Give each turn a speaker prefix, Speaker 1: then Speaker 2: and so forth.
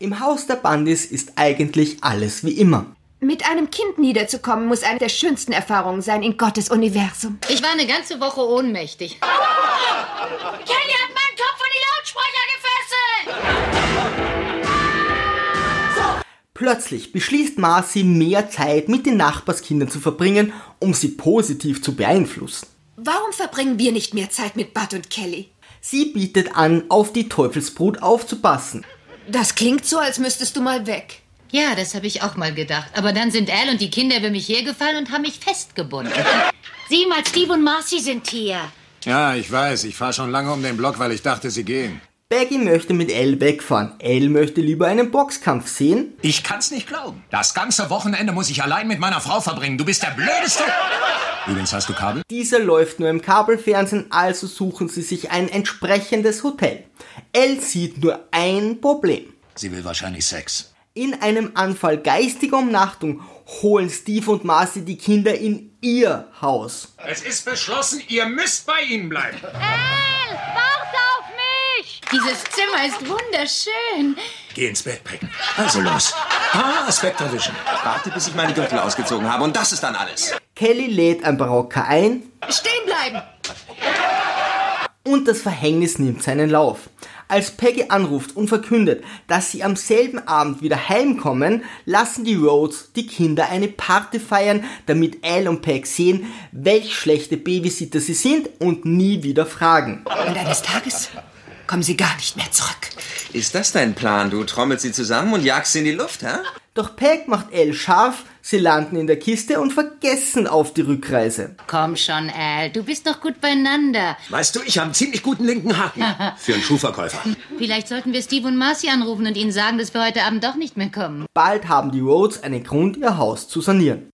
Speaker 1: Im Haus der Bandis ist eigentlich alles wie immer.
Speaker 2: Mit einem Kind niederzukommen, muss eine der schönsten Erfahrungen sein in Gottes Universum.
Speaker 3: Ich war eine ganze Woche ohnmächtig.
Speaker 4: Kelly hat meinen Kopf an die Lautsprecher gefesselt!
Speaker 1: Plötzlich beschließt Marcy, mehr Zeit mit den Nachbarskindern zu verbringen, um sie positiv zu beeinflussen.
Speaker 2: Warum verbringen wir nicht mehr Zeit mit Bud und Kelly?
Speaker 1: Sie bietet an, auf die Teufelsbrut aufzupassen.
Speaker 2: Das klingt so, als müsstest du mal weg.
Speaker 3: Ja, das habe ich auch mal gedacht. Aber dann sind Al und die Kinder über mich hergefallen und haben mich festgebunden.
Speaker 4: Sieh mal, Steve und Marcy sind hier.
Speaker 5: Ja, ich weiß. Ich fahre schon lange um den Block, weil ich dachte, sie gehen.
Speaker 1: Baggy möchte mit Al wegfahren. Al möchte lieber einen Boxkampf sehen.
Speaker 6: Ich kann's nicht glauben. Das ganze Wochenende muss ich allein mit meiner Frau verbringen. Du bist der blödeste. Übrigens hast du Kabel?
Speaker 1: Dieser läuft nur im Kabelfernsehen, also suchen sie sich ein entsprechendes Hotel. Elle sieht nur ein Problem.
Speaker 6: Sie will wahrscheinlich Sex.
Speaker 1: In einem Anfall geistiger Umnachtung holen Steve und Marcy die Kinder in ihr Haus.
Speaker 5: Es ist beschlossen, ihr müsst bei ihnen bleiben.
Speaker 4: Elle, warte auf mich!
Speaker 3: Dieses Zimmer ist wunderschön.
Speaker 5: Geh ins Bett, Pecken. Also los. Ah, Spectrovision.
Speaker 7: Warte, bis ich meine Gürtel ausgezogen habe und das ist dann alles.
Speaker 1: Kelly lädt ein Barocker ein.
Speaker 2: Stehen bleiben!
Speaker 1: Und das Verhängnis nimmt seinen Lauf. Als Peggy anruft und verkündet, dass sie am selben Abend wieder heimkommen, lassen die Rhodes die Kinder eine Party feiern, damit Al und Peg sehen, welch schlechte Babysitter sie sind und nie wieder fragen.
Speaker 2: Und eines Tages kommen sie gar nicht mehr zurück.
Speaker 7: Ist das dein Plan? Du trommelst sie zusammen und jagst sie in die Luft, hä?
Speaker 1: Doch Peg macht Al scharf, sie landen in der Kiste und vergessen auf die Rückreise.
Speaker 3: Komm schon, Al, du bist doch gut beieinander.
Speaker 5: Weißt du, ich habe einen ziemlich guten linken Haken für einen Schuhverkäufer.
Speaker 3: Vielleicht sollten wir Steve und Marcy anrufen und ihnen sagen, dass wir heute Abend doch nicht mehr kommen.
Speaker 1: Bald haben die Rhodes einen Grund, ihr Haus zu sanieren.